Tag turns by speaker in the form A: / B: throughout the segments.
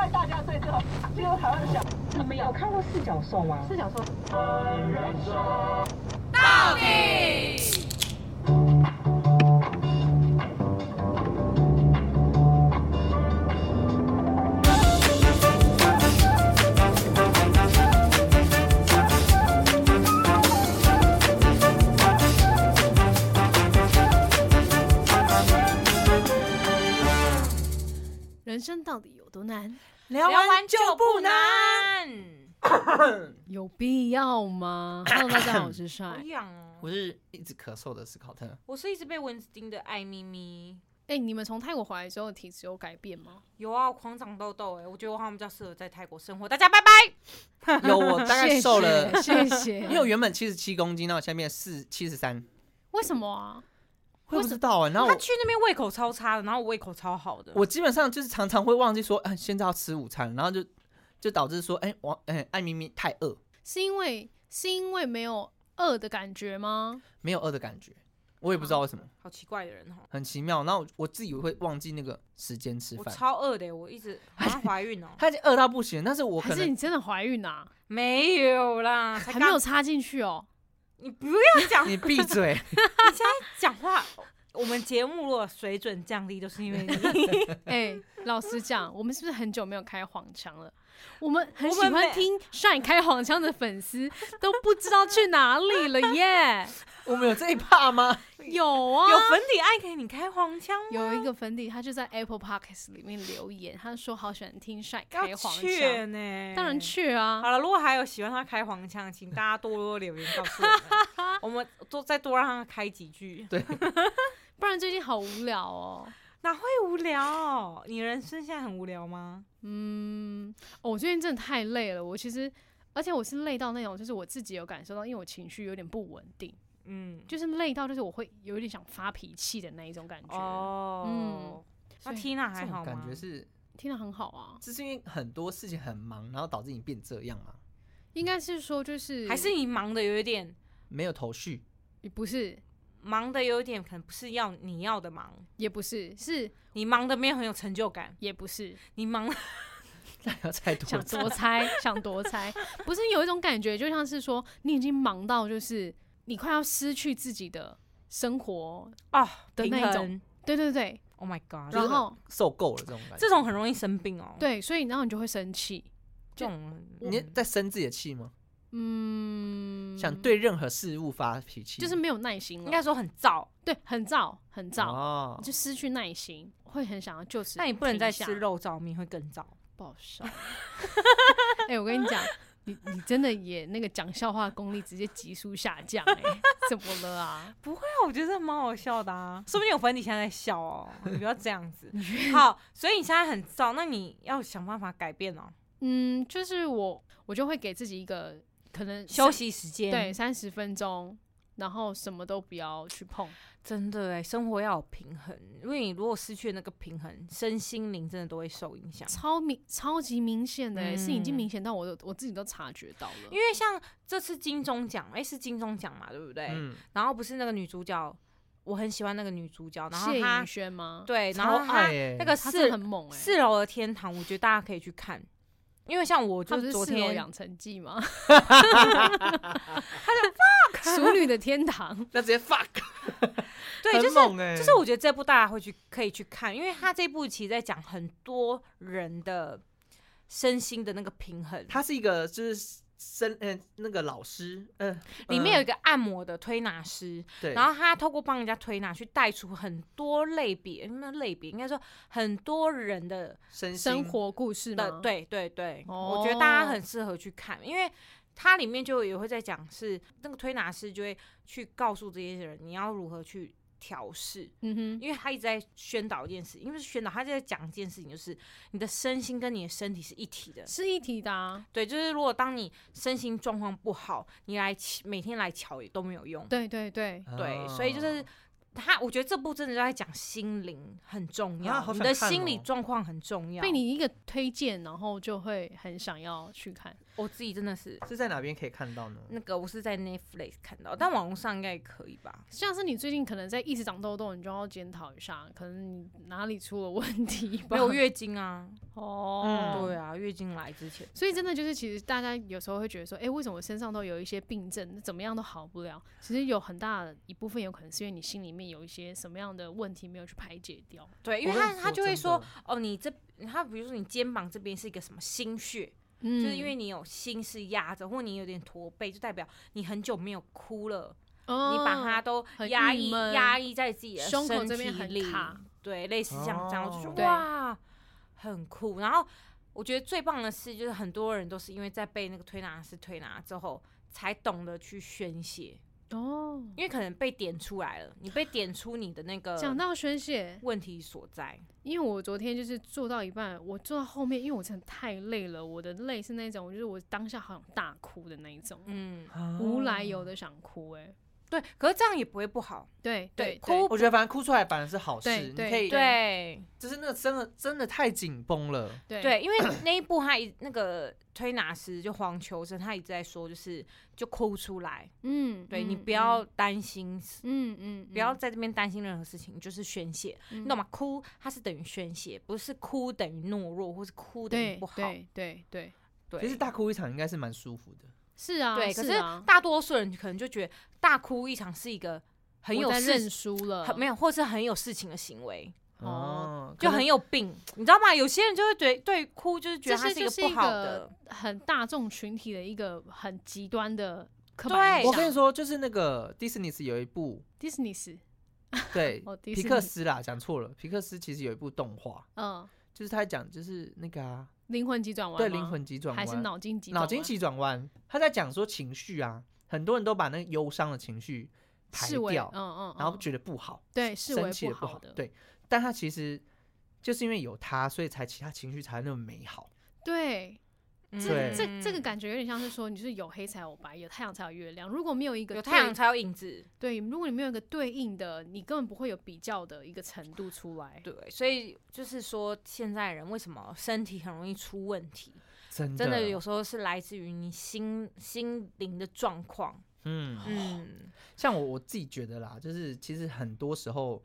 A: 最后最后台湾的小
B: 你们有看过四角兽吗？
A: 四角兽，
C: 人生到底有多难？
D: 聊完就不难。
C: 有必要吗？Hello，大家好，我是
D: 好
C: 帅。
D: 痒哦！
E: 我是一直咳嗽的斯考特，
D: 我是一直被蚊子叮的爱咪咪。
C: 哎、你们从泰国回来之后体质有改变吗？
D: 有啊，我狂长痘痘哎、我觉得我好像比较适合在泰国生活。大家拜拜。
E: 有我大概瘦了，
C: 谢谢，谢谢
E: 因为我原本七十七公斤，那我现在变四七十三，
C: 为什么啊？
E: 我也不知道啊。然后
D: 他
E: 我
D: 去那边胃口超差的，然后我胃口超好的。
E: 我基本上就是常常会忘记说，哎、现在要吃午餐，然后就就导致说，哎、我哎、爱咪咪太饿，
C: 是因为是因为没有饿的感觉吗？
E: 没有饿的感觉，我也不知道为什么，
D: 好奇怪的人哦，
E: 很奇妙。然后我我自己会忘记那个时间吃
D: 我
E: 饭，
D: 超饿的、我一 直好像怀孕哦、
E: 他已经饿到不行，但是我
C: 还
E: 可
C: 是
E: 能
C: 你真的怀孕啊？
D: 没有啦，才
C: 还没
D: 刚
C: 有，插进去哦？
D: 你不要讲
E: 你闭嘴，
D: 讲话。我们节目如果水准降低，都是 因为你。
C: 哎、老实讲，我们是不是很久没有开黄腔了？我们很
D: 我
C: 喜
D: 们
C: 欢
D: 没
C: 听帅开黄腔的粉丝都不知道去哪里了 耶。
E: 我们有这一趴吗？
C: 有啊，
D: 有粉底爱给你开黄腔吗？
C: 有一个粉底，他就在 Apple Podcast 里面留言，他说好喜欢听帅
D: 要
C: 开黄
D: 去欸
C: 腔，
D: 呢，
C: 当然去啊
D: 好。了，如果还有喜欢他开黄腔，请大家多多留言告诉 我们，我们多再多让他开几句。
E: 对，
C: 不然最近好无聊哦。
D: 哪会无聊？你人生现在很无聊吗？
C: 嗯，哦我最近真的太累了，我其实。而且我是累到那种，就是我自己有感受到，因为我情绪有点不稳定，
D: 嗯，
C: 就是累到就是我会有一点想发脾气的那一种感觉。嗯
D: 哦，那
C: 所以
D: Tina
E: 这
D: 还好
E: 种
D: 吗？
E: 感觉是，
C: 听得很好啊，
E: 这是因为很多事情很忙，然后导致你变这样嘛，
C: 应该是说就是
D: 还是你忙的有一点，
E: 没有头绪。
C: 也不是
D: 忙的有一点，可能不是要你要的忙，
C: 也不是是
D: 你忙的没有很有成就感，
C: 也不是，
D: 你忙
E: 那 要再多
C: 想
E: 吃
C: 多猜，想多猜，不是有一种感觉，就像是说你已经忙到就是你快要失去自己的生活，
D: 哦
C: 的
D: 平
C: 那一种
D: 衡
C: 对对对，
D: Oh my god！
C: 然后
E: 受够了这种感觉
D: 这。种很容易生病哦。，
C: 对，所以然后你就会生气，
D: 这种嗯
E: 你在生自己的气吗？
C: 嗯，
E: 想对任何事物发脾气，
C: 就是没有耐心
D: 嗯应
C: 了，
D: 该说很燥，
C: 对，很燥，很燥，
E: 哦
C: 你，就失去耐心，会很想要就此
D: 那你不
C: 停
D: 能再
C: 下
D: 吃，肉燥面，会更燥。
C: 不好笑。 哎、我跟你讲，你你真的也那个讲笑话功力直接急速下降、哎，怎么了啊？
D: 那我觉得这蛮好笑的啊，说不定有粉底现在在笑哦，你不要这样子。好，所以 你现在很燥，那你要想办法改变哦，
C: 嗯，就是我我就会给自己一个可能
D: 休
C: 三
D: 息时间。
C: 对，三十分钟，然后什么都不要去碰。
D: 真的哎，生活要有平衡，因为你如果失去了那个平衡，身心灵真的都会受影响。
C: 超明超级明显的、欸，是已经
D: 嗯
C: 明显到我有我自己都察觉到了。
D: 因为像这次金钟奖，哎、是金钟奖嘛，对不对？
E: 嗯，
D: 然后不是那个女主角，我很喜欢那个女主角，然后
C: 谢
D: 她
C: 颖轩吗？，
D: 对，然
E: 超
D: 后她
E: 爱耶
D: 那个
C: 他真的
D: 四
C: 很猛哎、
D: 四楼的天堂，我觉得大家可以去看，因为像我
C: 他
D: 就
C: 不是
D: 昨
C: 四楼
D: 天
C: 养成记吗？ 他的 fuck，熟女的天堂，
E: 那直接 fuck，
D: 对，就是
E: 很猛哎，
D: 就是我觉得这部大家会去可以去看，因为他这部其实在讲很多人的身心的那个平衡。
E: 他是一个就是生呃那个老师，嗯，
D: 里面有一
E: 呃
D: 个按摩的推拿师，
E: 对，
D: 然后他透过帮人家推拿去带出很多类别，那类别应该说很多人的
E: 身
C: 生
E: 心
C: 活故事
E: 嗯
C: 吗
E: 啊
D: 的？，对对对，
C: 哦
D: 我觉得大家很适合去看，因为它里面就也会在讲是那个推拿师就会去告诉这些人你要如何去调试，
C: 嗯哼，
D: 因为他一直在宣导一件事，因为是宣导，他就在讲一件事情，就是你的身心跟你的身体是一体的。
C: 是一体的、啊。
D: 对，就是如果当你身心状况不好，你来瞧每天来瞧也都没有用。
C: 对对对，
D: 对，
E: 哦
D: 所以就是他，我觉得这部真的就在讲心灵很重要，
E: 啊好
D: 你
E: 想
D: 的
E: 看
D: 心理
E: 哦
D: 状况很重要。
C: 被你一个推荐，然后就会很想要去看。
D: 我自己真的是
E: 是在哪边可以看到呢？
D: 那个，我是在 Netflix 看到，但网络上应该也可以吧？
C: 像是你最近可能在一直长痘痘，你就要检讨一下，可能你哪里出了问题吧。
D: 没有月经啊，
C: 哦，
D: 对啊，月经来之前，
C: 所以真的就是，其实大家有时候会觉得说，哎、为什么我身上都有一些病症，怎么样都好不了？其实有很大的一部分有可能是因为你心里面有一些什么样的问题没有去排解掉。
D: 对，因为
E: 我跟
D: 他
E: 你
D: 他就会
E: 真
D: 说
E: 的，
D: 哦，你这他比如说你肩膀这边是一个什么心血，
C: 嗯
D: 就是因为你有心事压着，或你有点驼背，就代表你很久没有哭了，你把它都
C: 哦很
D: 压
C: 郁
D: 抑
C: 闷
D: 压抑在自己的
C: 胸口
D: 身
C: 这边
D: 体
C: 很
D: 里
C: 卡
D: 对，类似像这样，我就说
E: 哦
C: 对
D: 哇，很酷。然后我觉得最棒的是，就是很多人都是因为在被那个推拿师推拿之后，才懂得去宣泄，
C: 哦，
D: 因为可能被点出来了，你被点出你的那个
C: 讲到宣泄，
D: 问题所在，嗯
C: 因为我昨天就是做到一半，我做到后面，因为我真的太累了，我的累是那种，就是我当下好想大哭的那一种，
D: 嗯，
E: 啊
C: 无来由的想哭、哎，
D: 对。可是这样也不会不好，
C: 对
D: 对
C: 对
D: 哭
E: 我觉得反正哭出来反而是好
C: 对
E: 事，你
C: 对
E: 可以，
D: 对
E: 就是那个真的真的太紧绷了，
C: 对
D: 对，因为那一部他一那个推拿师就黄秋生，他一直在说，就是就哭出来，
C: 嗯，
D: 对你
C: 嗯
D: 不要，担心，
C: 嗯嗯，嗯
D: 不要，在这边担心任何事情，你就是宣泄，
C: 嗯
D: 你懂？吗？哭它是等于宣泄，不是哭等于懦弱，或是哭等于
C: 对
D: 不好。
C: 对对对，
D: 对，
E: 其实大哭一场应该是蛮舒服的。
C: 是啊，
D: 对，可
C: 是啊
D: 大多数人可能就觉得大哭一场是一个很
C: 我
D: 有
C: 在认
D: 事，
C: 输了，
D: 很没有，或是很有事情的行为，
C: 哦
E: 可
D: 就
E: 能
D: 很有病，你知道吗？有些人就会对对哭，就是觉
C: 这
D: 得它
C: 是
D: 是一
C: 就
D: 个
C: 是
D: 不
C: 一
D: 好
C: 个
D: 的，
C: 很大众群体的一个很极端的刻板
D: 对
C: 印
E: 我跟你
C: 象。
E: 说，就是那个迪士尼是有一 部，
C: 迪士尼是，
E: 对，
C: 哦，迪
E: 皮
C: 士
E: 克
C: 尼，
E: 斯啦，讲错了，皮克斯其实有一部动画，
C: 嗯，
E: 就是他在讲就是那个啊，
C: 灵魂急转弯吗，
E: 对，灵魂急转
C: 还是
E: 弯，
C: 脑筋急转
E: 脑
C: 弯，
E: 筋急转弯，他在讲说情绪啊，很多人都把那个忧伤的情绪排
C: 视为，
E: 掉
C: 嗯，嗯，嗯
E: 然后觉得不好，
C: 对视为
E: 生气的不
C: 好
E: 好
C: 的，，
E: 对，但他其实就是因为有他，所以才其他情绪才那么美好。
C: 对，
D: 嗯
C: 这
E: 对
C: 个这这个感觉有点像是说，你是有黑才有白，有太阳才有月亮。如果没有一个
D: 有
C: 对
D: 太阳，才有影子。
C: 对，如果你没有一个对应的，你根本不会有比较的一个程度出来。
D: 对，所以就是说，现在人为什么身体很容易出问题，
E: 真
C: 嗯
E: 的
D: 真
C: 啊
D: 的有时候是来自于你心心灵的状况。
C: 哦
E: 嗯，
D: 嗯，
E: 像我我自己觉得啦，就是其实很多时候，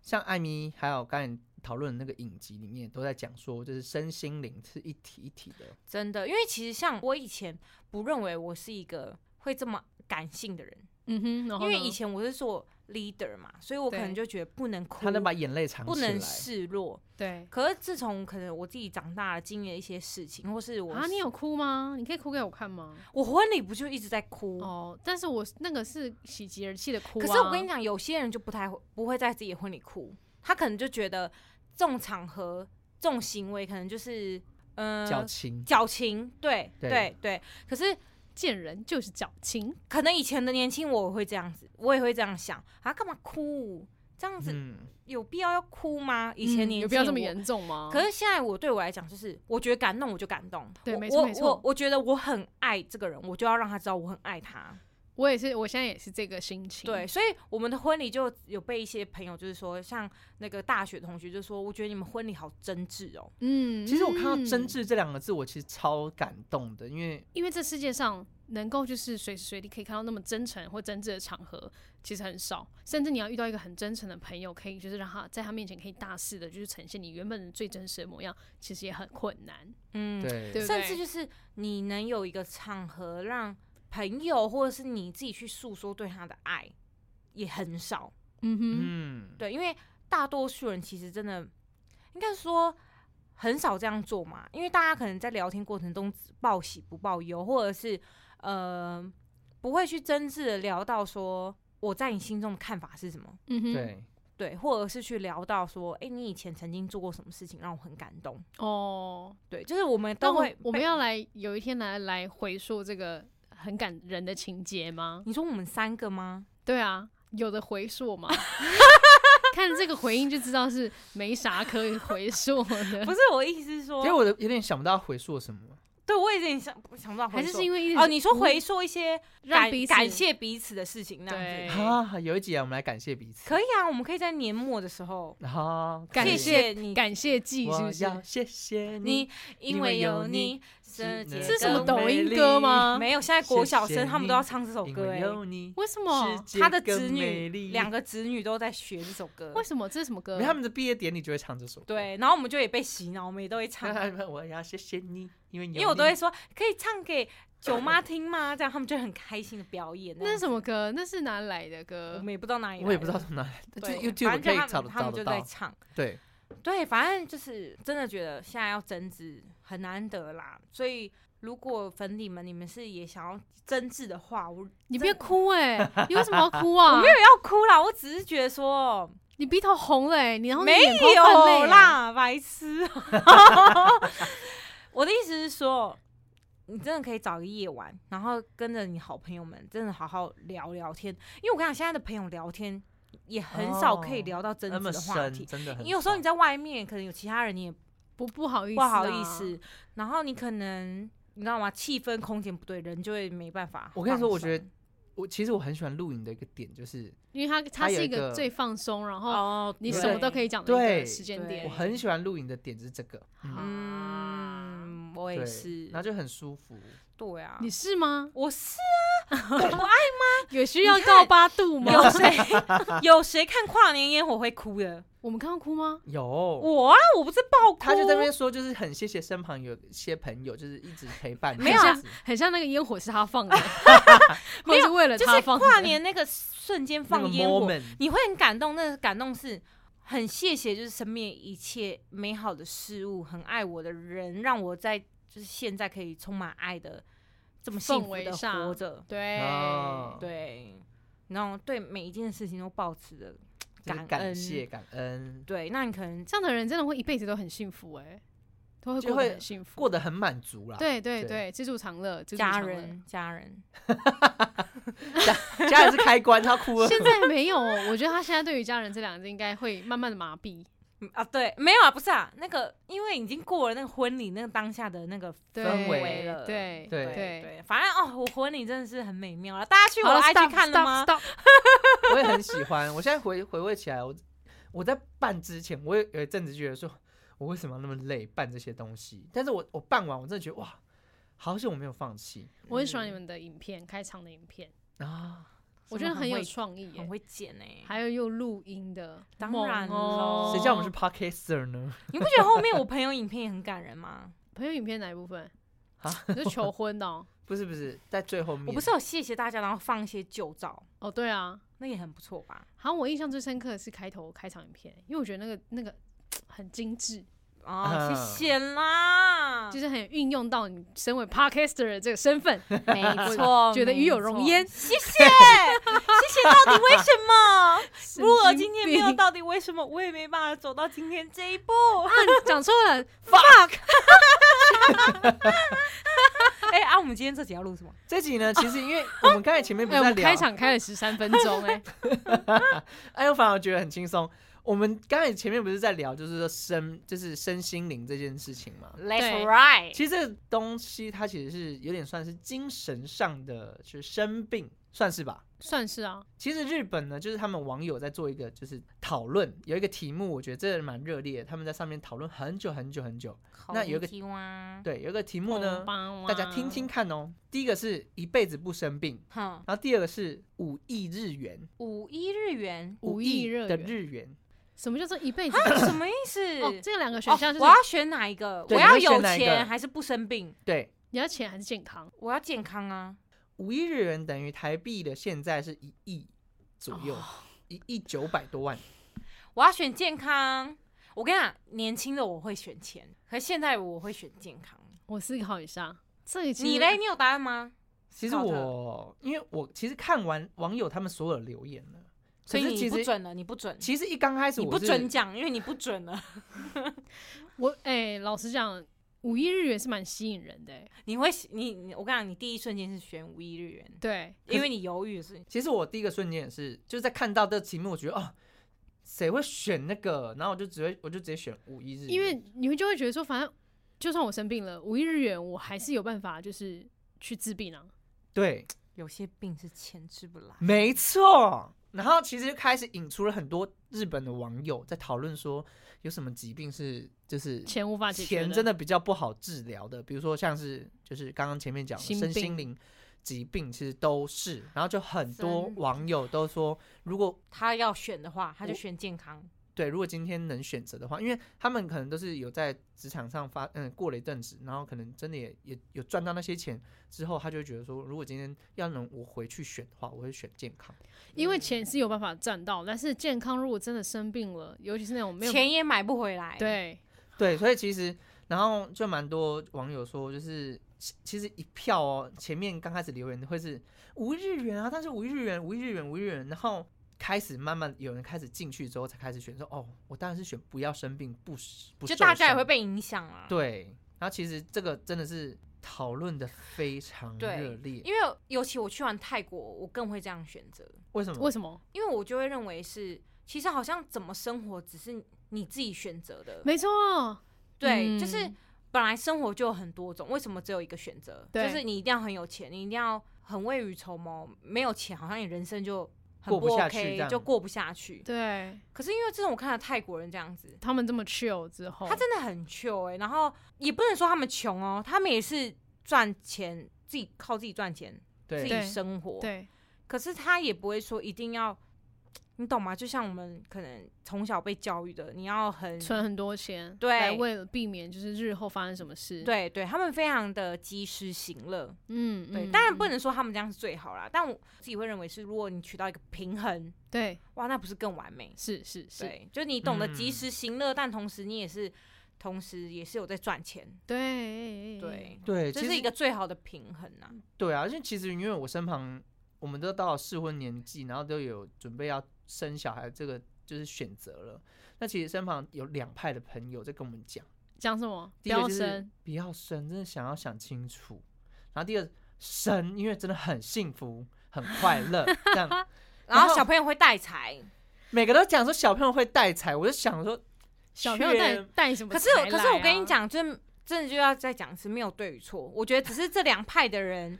E: 像艾米还有刚才讨论的那个影集里面都在讲说，就是身心灵是一体一体的。
D: 真的，因为其实像我以前不认为我是一个会这么感性的人，
C: 嗯哼，然后
D: 因为
C: 呢
D: 以前我是做 leader 嘛，所以我可能
C: 对
D: 就觉得不能哭
E: 他，能把眼泪藏
D: 不
E: 起来
D: 能，示弱。
C: 对
D: 可是自从可能我自己长大了，经历了一些事情，或是我
C: 啊，你有哭吗？你可以哭给我看吗？
D: 我婚礼不就一直在哭？
C: 哦，但是我那个是喜极而泣的哭、啊。
D: 可是我跟你，讲，有些人就不太会不会在自己的婚礼哭，他可能就觉得这种场合、这种行为可能就是嗯、
E: 矫情。
D: 矫情，对
E: 对
D: 对对。可是
C: 见人就是矫情，
D: 可能以前的年轻我会这样子，我也会这样想啊，干嘛哭？这样子
E: 嗯，
D: 有必要要哭吗？以前
C: 嗯
D: 年轻、
C: 有必要这么。严重吗？
D: 可是现在我对我来讲，就是我觉得感动我就感动，
C: 对
D: 我
C: 没错
D: 我
C: 没错
D: 我我觉得我很爱这个人，我就要让他知道我很爱他。
C: 我也是，我现在也是这个心情。
D: 对，，所以我们的婚礼就有被一些朋友就是说，像那个大学同学就说，我觉得你们婚礼好真挚哦。
C: 嗯，
E: 其实我看到“
C: 嗯
E: 真挚”这两个字，我其实超感动的，因为
C: 因为这世界上能够就是随时随地可以看到那么真诚或真挚的场合，其实很少。甚至你要遇到一个很真诚的朋友，可以就是让他在他面前可以大肆的，就是呈现你原本最真实的模样，其实也很困难，
D: 嗯，
E: 对，
C: 对不对？
D: 甚至就是你能有一个场合让朋友或者是你自己去诉说对他的爱，也很少。
C: 嗯哼，
E: 嗯，
D: 对，因为大多数人其实真的应该说很少这样做嘛，因为大家可能在聊天过程中只报喜不报忧，或者是呃不会去真挚的聊到说我在你心中的看法是什么。
C: 嗯哼，，
E: 对，
D: 对，或者是去聊到说，哎、你以前曾经做过什么事情让我很感动？
C: 哦，
D: 对，就是我们
C: 但
D: 都
C: 我
D: 会，
C: 我们，要来有一天来来回溯这个很感人的情节吗？
D: 你说我们三个吗？
C: 对啊，有的回溯 嘛。看这个回应就知道是没啥可以回溯 的，
D: 不是，我意思是说
E: 因为，我的有点想不到回溯什么，
D: 对我有点想想不到回
C: 还是
D: 溯
C: 是因为一直
D: 哦，你说
C: 不会
D: 回溯一些
C: 让
D: 感
C: 彼此
D: 感谢彼此的事情，那
C: 对
D: 样子
E: 啊，有一集啊，我们来感谢彼此，
D: 可以啊，我们可以在年末的时候，
E: 啊，
C: 感
D: 谢
C: 谢
D: 你，
C: 感谢季是
E: 我
C: 不是？
E: 要谢谢你
D: 你，因为有你，这
E: 只能
C: 这是什么
D: 更
C: 抖音
D: 美
C: 歌
D: 丽
C: 吗
D: 没有，现在国小
E: 谢谢
D: 生他们
E: 你
D: 都要唱这首
E: 因
D: 歌
E: 为
D: 哎、
E: 有你，
C: 为什么
E: 世？界
D: 他的
E: 更
D: 子
E: 美
D: 女
E: 丽
D: 两个子女都在学这首歌
C: 为。什么这是什么歌？
E: 他们的毕业典礼就会唱这首歌。
D: 对，然后我们就也被洗脑，我们也都 会唱，
E: 那他们我要谢谢你，因为因
D: 因为我都会说可以唱给舅妈听吗？这样他们就很开心的表演。
C: 那是
D: 是
C: 什么歌？那是哪来的
D: 我
C: 歌？
D: 们也不知道哪里来的，
E: 我也不知道从哪里，就
D: 对。
E: YouTube
D: 反
E: 可
D: 正
E: 以
D: 就他
E: 找
D: 们
E: 得
D: 他
E: 找
D: 们就
E: 得
D: 在
E: 到。
D: 唱，
E: 对，
D: 对，反正就是真的觉得现在要增值很难得啦，所以如果粉底们你们是也想要增值的话，我
C: 你
D: 真
C: 别哭 哎、你为什么要哭
D: 我
C: 啊
D: 没？有要哭啦，我只是觉得说
C: 你鼻头红了哎、你然后你
D: 没
C: 眼眶泛泪
D: 有
C: 欸，
D: 啦，白 痴。我的意思是说，你真的可以找个夜晚，然后跟着你好朋友们，真的好好聊聊天。因为我跟你讲，现在的朋友聊天也很少可以
E: 哦
D: 聊到真
E: 那
D: 挚
E: 么
D: 的话
E: 深
D: 题，
E: 真哦的
D: 因
E: 很少。
D: 为有时候你在外面可能有其他人，你也
C: 不不好意思、
D: 不好意思，，啊然后你可能。你知道吗？气氛、空间不对，人就会没办法放松。
E: 我跟你说我觉得我其实我很喜欢露营的一个点就是，
C: 因为他
E: 他
C: 他
E: 有
C: 是
E: 一
C: 一个
E: 个
C: 最放松，然后
D: 哦，
C: 你
E: 对
C: 什么都
D: 以。
C: 可以讲的一
E: 对
C: 个时间
D: 对
C: 点
E: 我。很喜欢露营的点就是这个，嗯，
D: 嗯，我也
E: 对
D: 是。
E: 然后就很舒服。
D: 对啊，
C: 你是吗？
D: 我是
C: 有需要到八度吗？
D: 有谁 有谁看跨年烟火会哭的？
C: 我们刚刚哭吗？
E: 有，
D: 我啊，我不是爆哭，
E: 他就在那边说，就是很谢谢身旁有一些朋友，就是一直陪伴你。
D: 没有啊
E: 这样子
C: 很像那个烟火是他放的，或
D: 没有
C: 是为了
D: 就
C: 他
D: 是
C: 放的。
D: 跨年那个瞬间
E: 那个
D: 放烟火，
E: moment，
D: 你会很感动，那个感动是。很谢谢，就是身边一切美好的事物，很爱我的人，让我在就是现在可以充满爱的这么幸
C: 氛
D: 福
C: 围
D: 的
C: 上
D: 活着。
C: 对，
E: 哦
D: 对，然后对每一件事情都保持着
E: 就是
D: 感
E: 感
D: 恩
E: 谢感恩，
D: 对，那你可能
C: 这样的人真的会一辈子都很幸福哎、都会
E: 就
C: 过得
E: 会
C: 很幸福，
E: 过得很满足啦。
C: 对对
E: 对
C: 对，知足常乐，知足
D: 家
C: 常乐。
D: 人家人
E: 家里是开关，他 哭了。
C: 现在没有，我觉得他现在对于家人这两个字应该会慢慢的麻 痹，
D: 嗯啊，对，没有啊，不是啊，那个因为已经过了那个婚礼那个当下的那个
C: 对
E: 氛围
D: 了
C: 对
E: 对
C: 对。
D: 对，反正哦，我婚礼真的是很美妙了。大家去我
C: 好了
D: IG
C: ，stop，
D: 看了吗？
C: ？stop，stop，
E: 我也很喜欢。我现在回回味起来，我我在办之前，我也有一阵子觉得说，我为什么要那么累办这些东西？但是我我办完，我真的觉得哇，好险我没有放弃
C: 我很喜
E: 嗯
C: 欢你们的影片，开场的影片，
E: 啊！
C: 我觉得很
D: 很
C: 有
D: 会
C: 创意耶
D: 很。会剪哎、
C: 还有又录音的，
D: 当
C: 猛
D: 然
C: 哦
D: 咯
E: 谁叫我们是 podcaster 呢？
D: 你不觉得后面我朋友影片也很感人 吗？
C: 朋友影片哪一部分
E: 啊？
C: 你说求婚的 哦？
E: 不是不是，在最后面，
D: 我不是有谢谢大家，然后放一些旧照，
C: 哦，对啊，
D: 那也很不错吧？
C: 好像我印象最深刻的是开头开场影片，因为我觉得那个那个很精致，
D: 哦，
E: 嗯
D: 谢谢啦，
C: 就是 很运用到你身为 podcaster 的这个身份。
D: 没错，
C: 觉得与有容焉
D: 哦没错谢谢，谢谢，到底为什么？如果
C: 神经
D: 今天没有
C: 病
D: 到底为什么，我也没办法走到今天这一步。
C: 啊，你讲错 了，
D: 哎、啊，我们今天这集要录什么？
E: 这集呢，其实因为我们刚才前面不
C: 哎、
E: 是
C: 我
E: 在
C: 们
E: 聊
C: 开，场开了十三分钟、哎，
E: 哎，我反而觉得很轻松。我们刚才前面不是在聊，就是说身，就是身心灵这件事情嘛。
C: 对
D: Let's right。
E: 其实这个东西它其实是有点算是精神上的，就是生病，算是吧。
C: 算是 啊，
E: 其实日本呢，就是他们网友在做一个就是讨论，有一个题目，我觉得这蛮热烈的，他们在上面讨论很久很久很久。那有一个
D: 题哇，
E: 对，有一个题目
C: 哦
E: 呢，
D: 啊
E: 大
C: 大
E: 家听听，看哦。第一个是一辈子不生病，
D: 哼，
E: 然后第二个是五亿日元，
D: 五一日元
C: 五亿
E: 亿
C: 日
E: 的
C: 元
E: 日元，
C: 什么叫做一辈子？
D: 啊，什么意 思？
C: 哦，
D: 哦
C: 这两个选项就是、
D: 我要选哪一个？
E: 对
D: 我要
E: 你会
D: 有
E: 选哪一个
D: 钱还是不生病？
E: 对，
C: 你要钱还是健康？
D: 我要健康啊！
E: 五亿日元等于台币的现在是一亿左右，
D: 哦
E: 一亿九百多 万。
D: 我要选健康。我跟你讲，年轻的我会选钱，可是现在我会选健康。
C: 我思考一下，这个其实
D: 你嘞？你有答案吗？
E: 其实
D: 搞的
E: 我因为我其实看完网友他们所有的留言了，
D: 所以
E: 可是
D: 你
E: 其
D: 不
E: 实
D: 准了，你不准，
E: 其实一刚开始
D: 你
E: 我
D: 不
E: 是
D: 准讲，因为你不准了。
C: 我哎、老实讲，五亿日元是蛮吸引人的、哎
D: 你会你你，我跟你讲，你第一瞬间是选五亿日元，
C: 对，
E: 可是
D: 因为你犹豫的是
E: 其实我第一个瞬间也是，就是在看到这题目，我觉得哦，谁会选那个？然后我就直接我就直接选五一日元，
C: 因为你们就会觉得说，反正就算我生病了，五亿日元我还是有办法，就是去治病啊。
E: 对，嗯
D: 有些病是钱治不来。
E: 没错，然后其实就开始引出了很多日本的网友在讨论说，有什么疾病是就是
C: 钱无法解决
E: 钱真的比较不好治疗的，比如说像是就是刚刚前面讲的
C: 心
E: 身心
C: 病
E: 灵疾病，其实都是。然后就很多
D: 真的
E: 网友都说，如果
D: 他要选的话，他就
E: 我
D: 选健康。
E: 对，如果今天能选择的话，因为他们可能都是有在职场上发嗯过了一阵子，然后可能真的也也有赚到那些钱之后，他就会觉得说，如果今天要能我回去选的话，我会选健康。
C: 因为钱是有办法赚到，但是健康如果真的生病了，尤其是那种没有
D: 钱也买不回来。，
C: 对，
E: 对，所以其实然后就蛮多网友说，就是其其实一票哦，前面刚开始留言的会是五日元啊，但是五日元，五日元，五日元，然后开始慢慢有人开始进去之后，才开始选说，哦，我当然是选不要生病，不不
D: 就
E: 受
D: 大家也
E: 伤
D: 会被影响啊。，
E: 对，然后其实这个真的是讨论的非常
D: 对
E: 热烈。
D: 因为尤其我去完泰国，我更会这样选择，
E: 为什么？
C: 为什么？
D: 因为我就会认为是，其实好像怎么生活只是你自己选择的。
C: 没错，
D: 对，
C: 嗯
D: 就是本来生活就有很多种，为什么只有一个选择？
C: 对
D: 就是你一定要很有钱，你一定要很未雨绸缪，没有钱好像你人生就很
E: 过不下去
D: OK，
E: 这样
D: 就过不下去。
C: 对
D: 可是因为自从我看到泰国人这样子，
C: 他们这么 chill 之
E: 哦
C: 后，
D: 他真的很穷哎、然后也不能说他们穷哦，他们也是赚钱，自己靠自己赚钱，自
E: 对
C: 对
D: 己生活。，
C: 对
D: 可是他也不会说一定要，你懂吗？就像我们可能从小被教育的，你要很
C: 存很多钱，
D: 对
C: 来为了避免就是日后发生什么事，，
D: 对对，他们非常的及时行乐。
C: 嗯，
D: 对，
C: 嗯
D: 当然
C: 嗯
D: 不能说他们这样是最好啦，但我自己会认为是，如果你取到一个平衡，
C: 对，
D: 哇，那不是更完美？
C: 是是是，
D: 对，就你懂得及
E: 嗯
D: 时行乐，但同时你也是，同时也是有在赚钱。
C: 对，
D: 对，
E: 对，
D: 这
E: 嗯其
D: 是
E: 实
D: 一个最好的平衡啊。
E: 对啊，因为其实因为我身旁，我们都到了适婚年纪，然后都有准备要生小孩这个就是选择了。那其实身旁有两派的朋友在跟我们讲，
C: 讲什么？
E: 第一个
C: 飙
E: 就是
C: 升，
E: 不要生，真的想要想清楚。然后第二生，因为真的很幸福，很快 乐，这样
D: 然
E: 然
D: 后
E: 后
D: 小朋友会带财，
E: 每个都讲说小朋友会带财，我就想说，
C: 小朋友带带什么
D: 可
C: 才
D: 是
C: 来啊、
D: 可是我跟你讲，真真的就要再讲一次，没有对与错。我觉得只是这两派的人，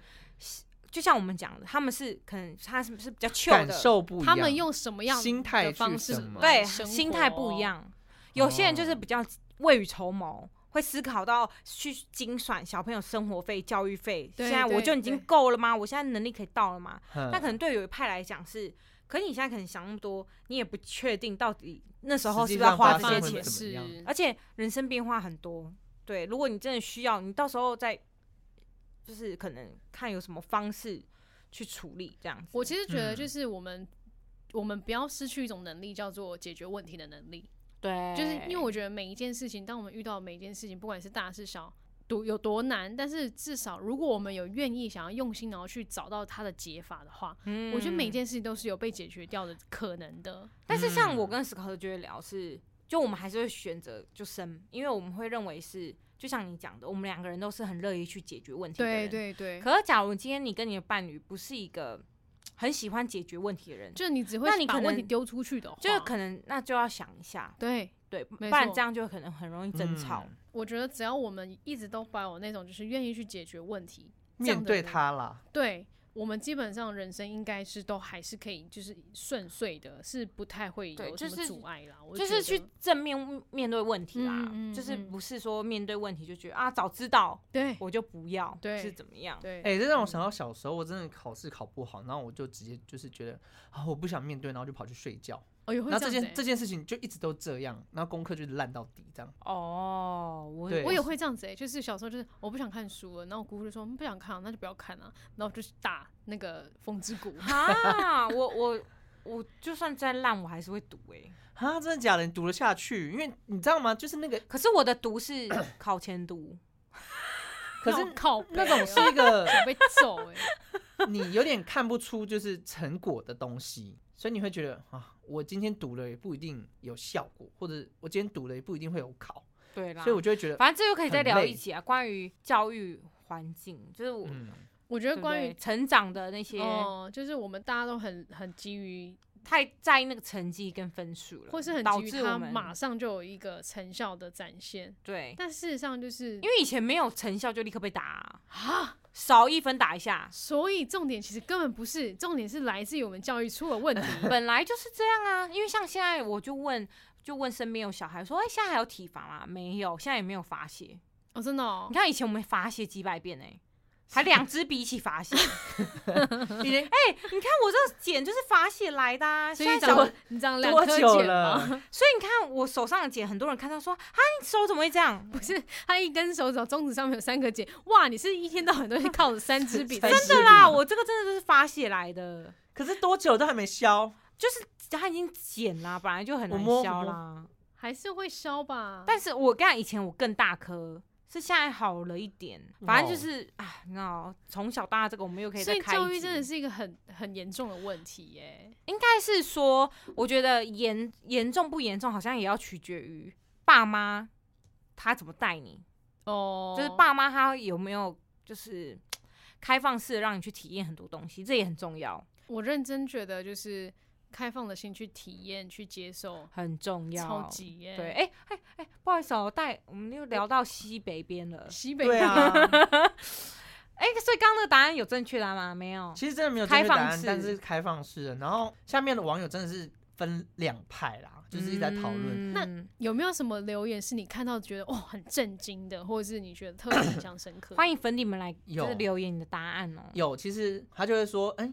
D: 就像我们讲的，他们是可能他是是比较旧
E: 感
D: 的，
E: 受不一样，
C: 他们用什么样
E: 心态
C: 的
E: 去
C: 方式
E: 什么
D: 对，
C: 来生
D: 心态
C: 活
D: 不一。样。有些人
E: 哦
D: 就是比较未雨绸缪，会思考到去精算小朋友生活费、教育费。
C: 对
D: 现在我
C: 对
D: 就已经
C: 对
D: 够了吗？我现在能力可以到了吗？
E: 嗯，
D: 那可能对有一派来讲是，可是你现在可能想那么多，你也不确定到底那时候
E: 实
D: 是
E: 际
D: 不是要
E: 上
D: 花
E: 发
D: 这
E: 生
D: 些钱
E: 会怎。么
C: 是
E: 样
D: 而且人生变化很多，对，如果你真的需要，你到时候再就是可能看有什么方式去处理这样子。
C: 我其实觉得，
E: 嗯
C: 就是我们、我们不要失去一种能力，叫做解决问题的能力。
D: 对，
C: 就是因为我觉得每一件事情，当我们遇到每一件事情，不管是大是小，多有多难，但是至少如果我们有愿意想要用心，然后去找到它的解法的话，
D: 嗯
C: 我觉得每件事情都是有被解决掉的可能的。
D: 但是像
E: 嗯
D: 我跟史考特就会聊是，就我们还是会选择就生，因为我们会认为是，就像你讲的，我们两个人都是很乐意去解决问题的人。
C: 对对对，
D: 可是，假如今天你跟你的伴侣不是一个很喜欢解决问题的人，
C: 就是你只会
D: 那你
C: 把
D: 可能
C: 问题丢出去的话，
D: 就是可能那就要想一下，
C: 对。
D: 对，
C: 没
D: 不然
C: 错
D: 这样就可能很容易争吵。
E: 嗯
C: 我觉得只要我们一直都保有那种就是愿意去解决问题，这样
E: 面
C: 的
E: 对
C: 人
E: 他啦，
C: 对我们基本上人生应该是都还是可以，就是顺遂的，是不太会
D: 对
C: 有
D: 就
C: 什么
D: 是
C: 阻碍啦。我
D: 就
C: 觉
D: 是去
C: 得
D: 正面面对问题啦，
C: 嗯嗯
D: 就是
C: 嗯
D: 不是说面对问题就觉得啊早知道
C: 对
D: 我就不要，
C: 对
D: 是怎么样？
C: 对、
E: 哎、这
D: 嗯
E: 让我想到小时候，我真的考试考不好，然后我就直接就是觉得啊，我不想面对，然后就跑去睡觉。
C: 哦，也会
E: 然后
C: 这
E: 这
C: 样子
E: 件
C: 欸、
E: 这件事情就一直都这样，然后功课就烂到底这样。
D: 哦，我。
E: 对
C: 我也会这样子哎、就是小时候就是我不想看书了，然后我姑姑就说嗯不想看、那就不要看啊，然后我就去打那个风之谷
D: 啊，我我我就算再烂，我还是会读哎、
E: 啊，真的假的？你读得下去？因为你知道吗？就是那个，
D: 可是我的读 是考前读，
E: 可
C: 那
E: 是
C: 种靠
E: 那
C: 背
E: 种
C: 哦
E: 是一个
C: 想被揍 哎、
E: 你有点看不出就是成果的东西，所以你会觉得啊，我今天读了也不一定有效果，或者我今天读了也不一定会有考，
D: 对啦。
E: 所以我就会觉得，
D: 反正这就可以再
E: 很
D: 聊
E: 累
D: 一集啊，关于教育环境，就是我、
E: 嗯，
C: 我觉
D: 对
C: 得
D: 不
C: 关
D: 对
C: 于
D: 成长的那些、
C: 哦、就是我们大家都很很基于
D: 太在意那个成绩跟分数了，
C: 或是很
D: 导
C: 急于
D: 致我
C: 它
D: 们
C: 马上就有一个成效的展现，
D: 对，
C: 但事实上就是
D: 因为以前没有成效就立刻被打啊、
C: 啊，，
D: 少一分打一下
C: 所以重点其实根本不是，重点是来自于我们教育出了 问题。
D: 本来就是这样啊。因为像现在，我就问，就问身边有小孩说，哎、现在还有体罚吗？没有，现在也没有罚写。
C: 哦，真的哦
D: 你，看以前我们罚写几百遍呢、还两支笔一起罚 写，哎、
E: 已经
D: 你看我这茧就是罚写来的、啊。
C: 所
D: 现
C: 以你
D: 在
C: 长
D: 小，
C: 了你长了两
E: 多
C: 颗哦
E: 久
C: 茧
E: 了
C: 吗？？
D: 所以你看我手上的茧，很多人看到说，啊，你手怎么会这样？
C: 不是，他一根手指中指上面有三颗茧，哇！你是一天到晚都是靠着三支笔在
E: 真
C: 写，
D: 真的啦，我这个真的就是发泄来的，
E: 可是多久都还没消，
D: 就是它已经剪啦，本来就很
E: 我
D: 难
E: 摸我
D: 消
E: 摸
D: 啦。
C: 还是会消吧？
D: 但是我跟你讲以前我更大颗，是现在好了一点，
E: 哇哦
D: 反正就是啊，你知道，从小到大这个我们又可以
C: 所
D: 再
C: 以
D: 开一集。
C: 教育真的是一个很很严重的问题耶。
D: 应该是说，我觉得严严重不严重，好像也要取决于爸妈他怎么带你，
C: 哦，
D: 就是爸妈他有没有就是开放式地让你去体验很多东西，这也很重要，
C: 我认真觉得就是开放的心去体验、去接受，
D: 很重要，
C: 超级耶。
D: 对，，哎哎哎，不好意思哦，带我们又聊到西北边了。
C: 西北
E: 对啊，
D: 哎、所以刚刚那个答案有正确答案吗？没有。
E: 其实真的没有正确答
D: 开放
E: 案，
D: 式
E: 但是开放式的。然后下面的网友真的是分两派啦，就是一直在讨
D: 嗯
E: 论。
C: 那有没有什么留言是你看到觉得哦很震惊的，或者是你觉得特别印象深 刻？
D: 欢迎粉底们来就
E: 有
D: 是留言你的答案哦。
E: 有，其实他就会说，哎、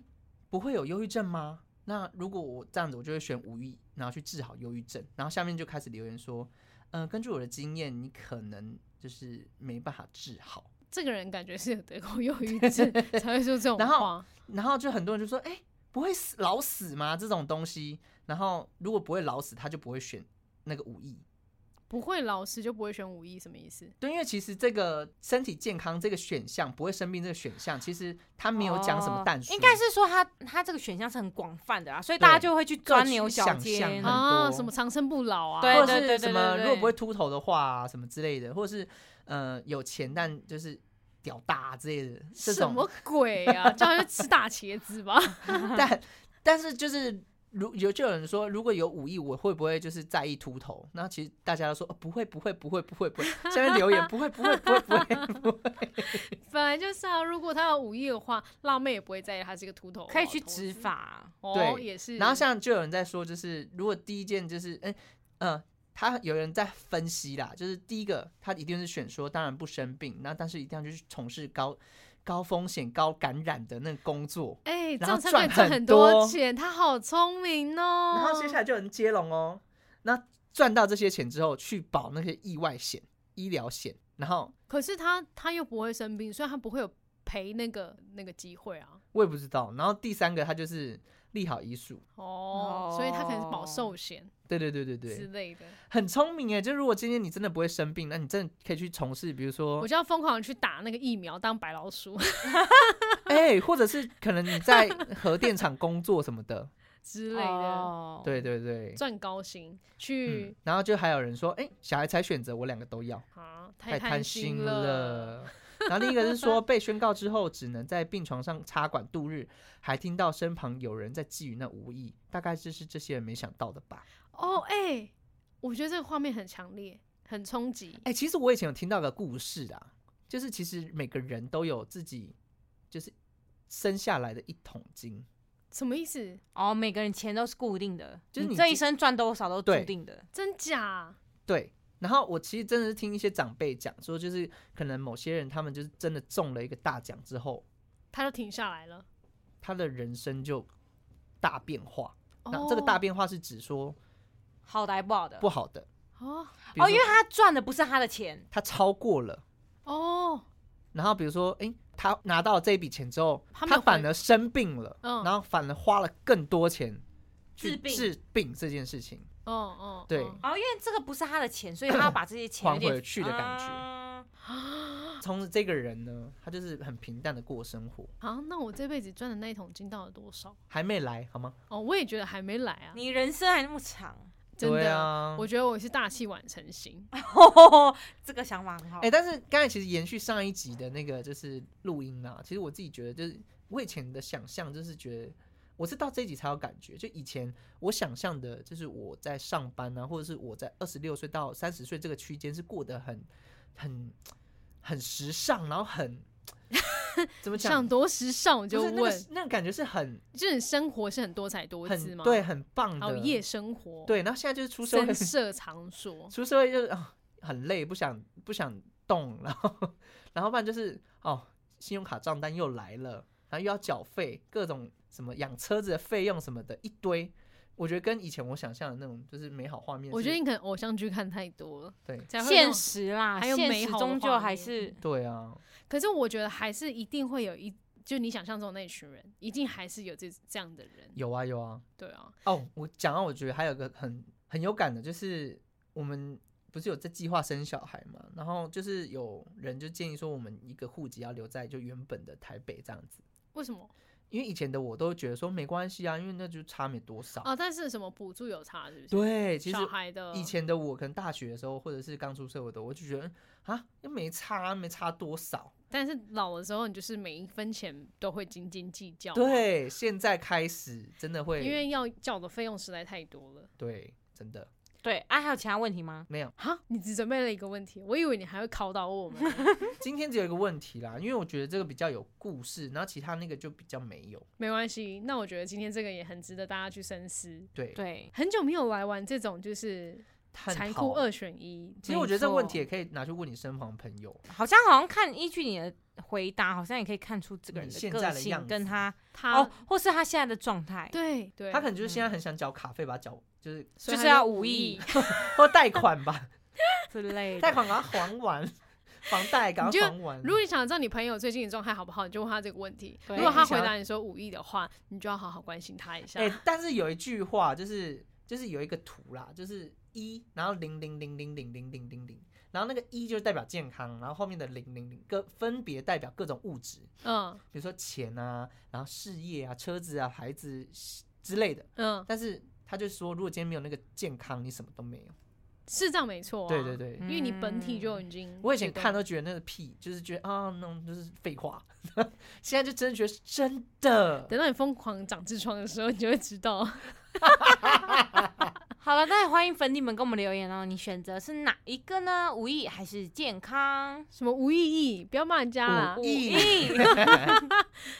E: 不会有忧郁症吗？那如果我这样子，我就会选五一，然后去治好忧郁症。然后下面就开始留言说，嗯、根据我的经验，你可能就是没办法治好。
C: 这个人感觉是有得过忧郁 症才会说这种
E: 然后
C: 话。
E: 然后就很多人就说，哎、不会死老死吗？这种东西，然后如果不会老死，他就不会选那个武艺。
C: 不会老师就不会选五一，什么意思？
E: 对，因为其实这个身体健康这个选项，不会生病这个选项，其实他没有讲什么淡
D: 哦
E: 数、
D: 应该是说他他这个选项是很广泛的啦，啊所以大家
E: 对
D: 就会去
E: 各
D: 钻
E: 取
D: 牛角
E: 想
D: 尖。
E: 象很
C: 啊，
E: 多
C: 什么长生不老啊？
D: 对
E: 或
D: 对
E: 者
D: 对
E: 是
D: 对
E: 什么
D: 对
E: 如果不会秃头的话、啊、什么之类的，或者是呃有钱但就是屌大啊之类的这
C: 什
E: 种
C: 么，鬼 啊？叫他去吃大茄子吧。
E: 但但是就是。如有就有人说，如果有武艺，我会不会就是在意秃头？那其实大家都说、哦、不会，不会，不会，不会，不会。下面留言不会，不会，不会，不会。
C: 本来就是啊，如果他有五一的话，辣妹也不会在意他是个秃头，啊
D: 可以去植发，
C: 哦，
E: 对
C: 也是。
E: 然后像就有人在说，就是如果第一件就是，哎、嗯、他有人在分析啦，就是第一个他一定是选说，当然不生病，那但是一定要去从事高高风险、高感染的那个工作。
C: 哎，这
E: 然
C: 样
E: 后
C: 才可以
E: 赚
C: 赚
E: 很
C: 很多
E: 多
C: 钱，他好聪明哦。
E: 然后接下来就有人接龙哦，那赚到这些钱之后，去保那些意外险、医疗险，然后
C: 可是他他又不会生病，所以他不会有赔那个那个机会啊。
E: 我也不知道。然后第三个他就是立好医术，
C: 哦，所以他可能是保
D: 哦
C: 寿险
E: 对对对对对
C: 之，类的。
E: 很聪明哎。就如果今天你真的不会生病，那你真的可以去从事，比如说
C: 我就要疯狂地去打那个疫苗，当白老鼠
E: 哎、或者是可能你在核电厂工作什么的，
C: 之
D: 之
C: 类的，
D: 哦、
E: 对对对，
C: 赚高薪
E: 嗯
C: 去，
E: 然后就还有人说，哎、小孩才选择，我两个都要，
C: 啊，
E: 太
C: 贪
E: 贪心
C: 了。
E: 了。然后另一个是说，被宣告之后只能在病床上插管度日，还听到身旁有人在觊觎那无意，大概就是这些人没想到的吧。
C: 哦，哎、我觉得这个画面很强烈，很冲击。
E: 哎、其实我以前有听到个故事啊，就是其实每个人都有自己就是生下来的一桶金，
C: 什么意思？
D: 哦，每个人钱都是固定的，
E: 就是
D: 你
E: 你
D: 这一
E: 自
D: 生赚多少都
E: 对
D: 注定的。
C: 真假？
E: 对，然后我其实真的是听一些长辈讲说，就是可能某些人他们就是真的中了一个大奖之后，
C: 他就停下来了。
E: 他的人生就大变化。那
C: 哦
E: 这个大变化是指说
D: 好的还不好的
E: 不好的，
C: 哦
E: 比如
D: 呃哦，因为
E: 说
D: 他赚的不是他的钱，
E: 他超过了，
C: 哦，
E: 然后比如说，诶，他拿到了这笔钱之后，
C: 他
E: 他
C: 没有
E: 反
C: 回
E: 而生病了，
C: 嗯
E: 然后反而花了更多钱
D: 治
E: 去
D: 病
E: 治病这件事情。
C: 哦哦，
E: 对
C: 哦
D: 哦，因为这个不是他的钱，所以他要把这些钱
E: 还
D: 有点
E: 回去的感觉
D: 啊
E: 从此这个人呢，他就是很平淡的过生活，
C: 啊，那我这辈子赚的那一桶金到底多少？
E: 还没来好吗？
C: 哦，我也觉得还没来啊，
D: 你人生还那么长，
C: 真
E: 对
C: 的。
E: 啊，
C: 我觉得我是大器晚成型，
D: 这个想法很好。
E: 哎、但是刚才其实延续上一集的那个就是录音啦，其实我自己觉得，就是我以前的想象就是觉得，我是到这一集才有感觉。就以前我想象的，就是我在上班啊，或者是我在二十六岁到三十 岁这个区间是过得很、很、很时尚，然后很怎么讲
C: 想？多时尚，我就
E: 就是那个
C: 问，
E: 那个感觉是很
C: 就是你生活是很多彩多姿
E: 很
C: 吗？
E: 嗯对，，很棒
C: 还有
E: 的
C: 夜生活，，
E: 对，然后现在就是出社会
C: 深，色场 所，
E: 出社会就是啊、很累，不想不想动，然后然后不然就是哦，信用卡账单又来了，然后又要缴费，各种什么养车子的费用什么的一堆。我觉得跟以前我想象的那种就是美好画面是，
C: 我觉得你可能偶像剧看太多了，
E: 对
C: 才会有那
D: 现
C: 种
D: 实啦，
C: 还有
D: 现
C: 美
D: 实
C: 好的
D: 终究
C: 画
D: 还
C: 面
D: 是
E: 对啊，
C: 可是我觉得还是一定会有一，就你想象中的那一群人，一定还是有这这样的人，
E: 有啊有啊。
C: 对啊，
E: 哦，我讲到我觉得还有个很很有感的，就是我们不是有在计划生小孩嘛，然后就是有人就建议说，我们一个户籍要留在就原本的台北这样子。
C: 为什么
E: 因为以前的我都觉得说没关系啊，因为那就差没多少。
C: 啊？但是什么补助有差，是不是？，
E: 对，其实
C: 小孩的
E: 以前的我可能大学的时候，或者是刚出社会的，我就觉得啊，又没差，没差多少。
C: 但是老的时候，你就是每一分钱都会斤斤计较，，
E: 对，现在开始真的会，
C: 啊因为要缴的费用实在太多了。
E: 对，真的
D: 对。啊，还有其他问题吗？
E: 没有。
C: 哈，你只准备了一个问题，我以为你还会考倒我 们。
E: 今天只有一个问题啦，因为我觉得这个比较有故事，然后其他那个就比较没有。
C: 没关系，那我觉得今天这个也很值得大家去深思。
E: 对，
D: 对，
C: 很久没有来玩这种就是
E: 探
C: 残
E: 讨
C: 酷二选一，
E: 其实我觉得这
D: 没
E: 个
D: 错
E: 问题也可以拿去问你身旁的朋友。
D: 好像好像看依据你的回答，好像也可以看出这个人
E: 你现在
D: 个
E: 的样
D: 性
E: 子啊
D: 跟他
C: 他、
D: 哦，或是他现在的状态，
C: 对对，嗯
E: 他可能就是现在很想缴卡费，把它缴就是
D: 就
E: 虽然
D: 是要无意
E: 嗯或贷款吧，
D: 之 类
E: 贷
D: 的。
E: 款赶快还完，房贷赶
C: 你就
E: 快还完。
C: 如果你想知道你朋友最近的状态好不好，你就问他这个问题。
D: 对
C: 如果他
E: 你想
C: 回
E: 要
C: 答你说五亿的话，你就要好好关心他一下。
E: 哎、但是有一句话就是就是有一个图啦，就是一，然后零零零零零零零零零，然后那个一就是代表健康，然后后面的零零零各分别代表各种物质，
C: 嗯
E: 比如说钱啊，然后事业啊、车子啊、孩子之类的。
C: 嗯，
E: 但是他就说，如果今天没有那个健康，你什么都没有。
C: 是这样没错、啊。
E: 对对，对。
C: 因为你本体就已经，
E: 我以前看都嗯觉得那个屁，就是觉得啊，那种就是废话。 现在就真的觉得是真的，
C: 等到你疯狂长痔疮的时候，你就会知道。
D: 好了，那也欢迎粉底们跟我们留言哦，你选择是哪一个呢？无意还是健康？
C: 什么无意义，不要骂人家啦
E: 无。意
D: 意。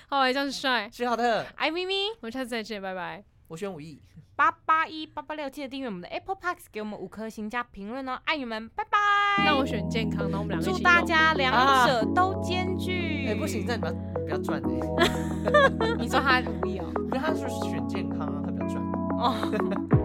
C: 好，我是帅，
E: 徐浩特，
D: 艾咪咪
C: 我们下次再见，拜拜。
E: 我选武艺。
D: 八八一八八六，记得订阅我们的 Apple Park，给我们五颗星加评论哦，爱你们，拜拜！
C: 那我选健康，那我们两个一
D: 祝
C: 起
D: 大
C: 用
D: 家两
E: 啊
D: 者都兼具。
E: 哎、不行，，这样你不要你不要赚欸哎、
D: 你说他无意哦。
E: 因为他就是选健康啊，他比较赚。
D: 哦。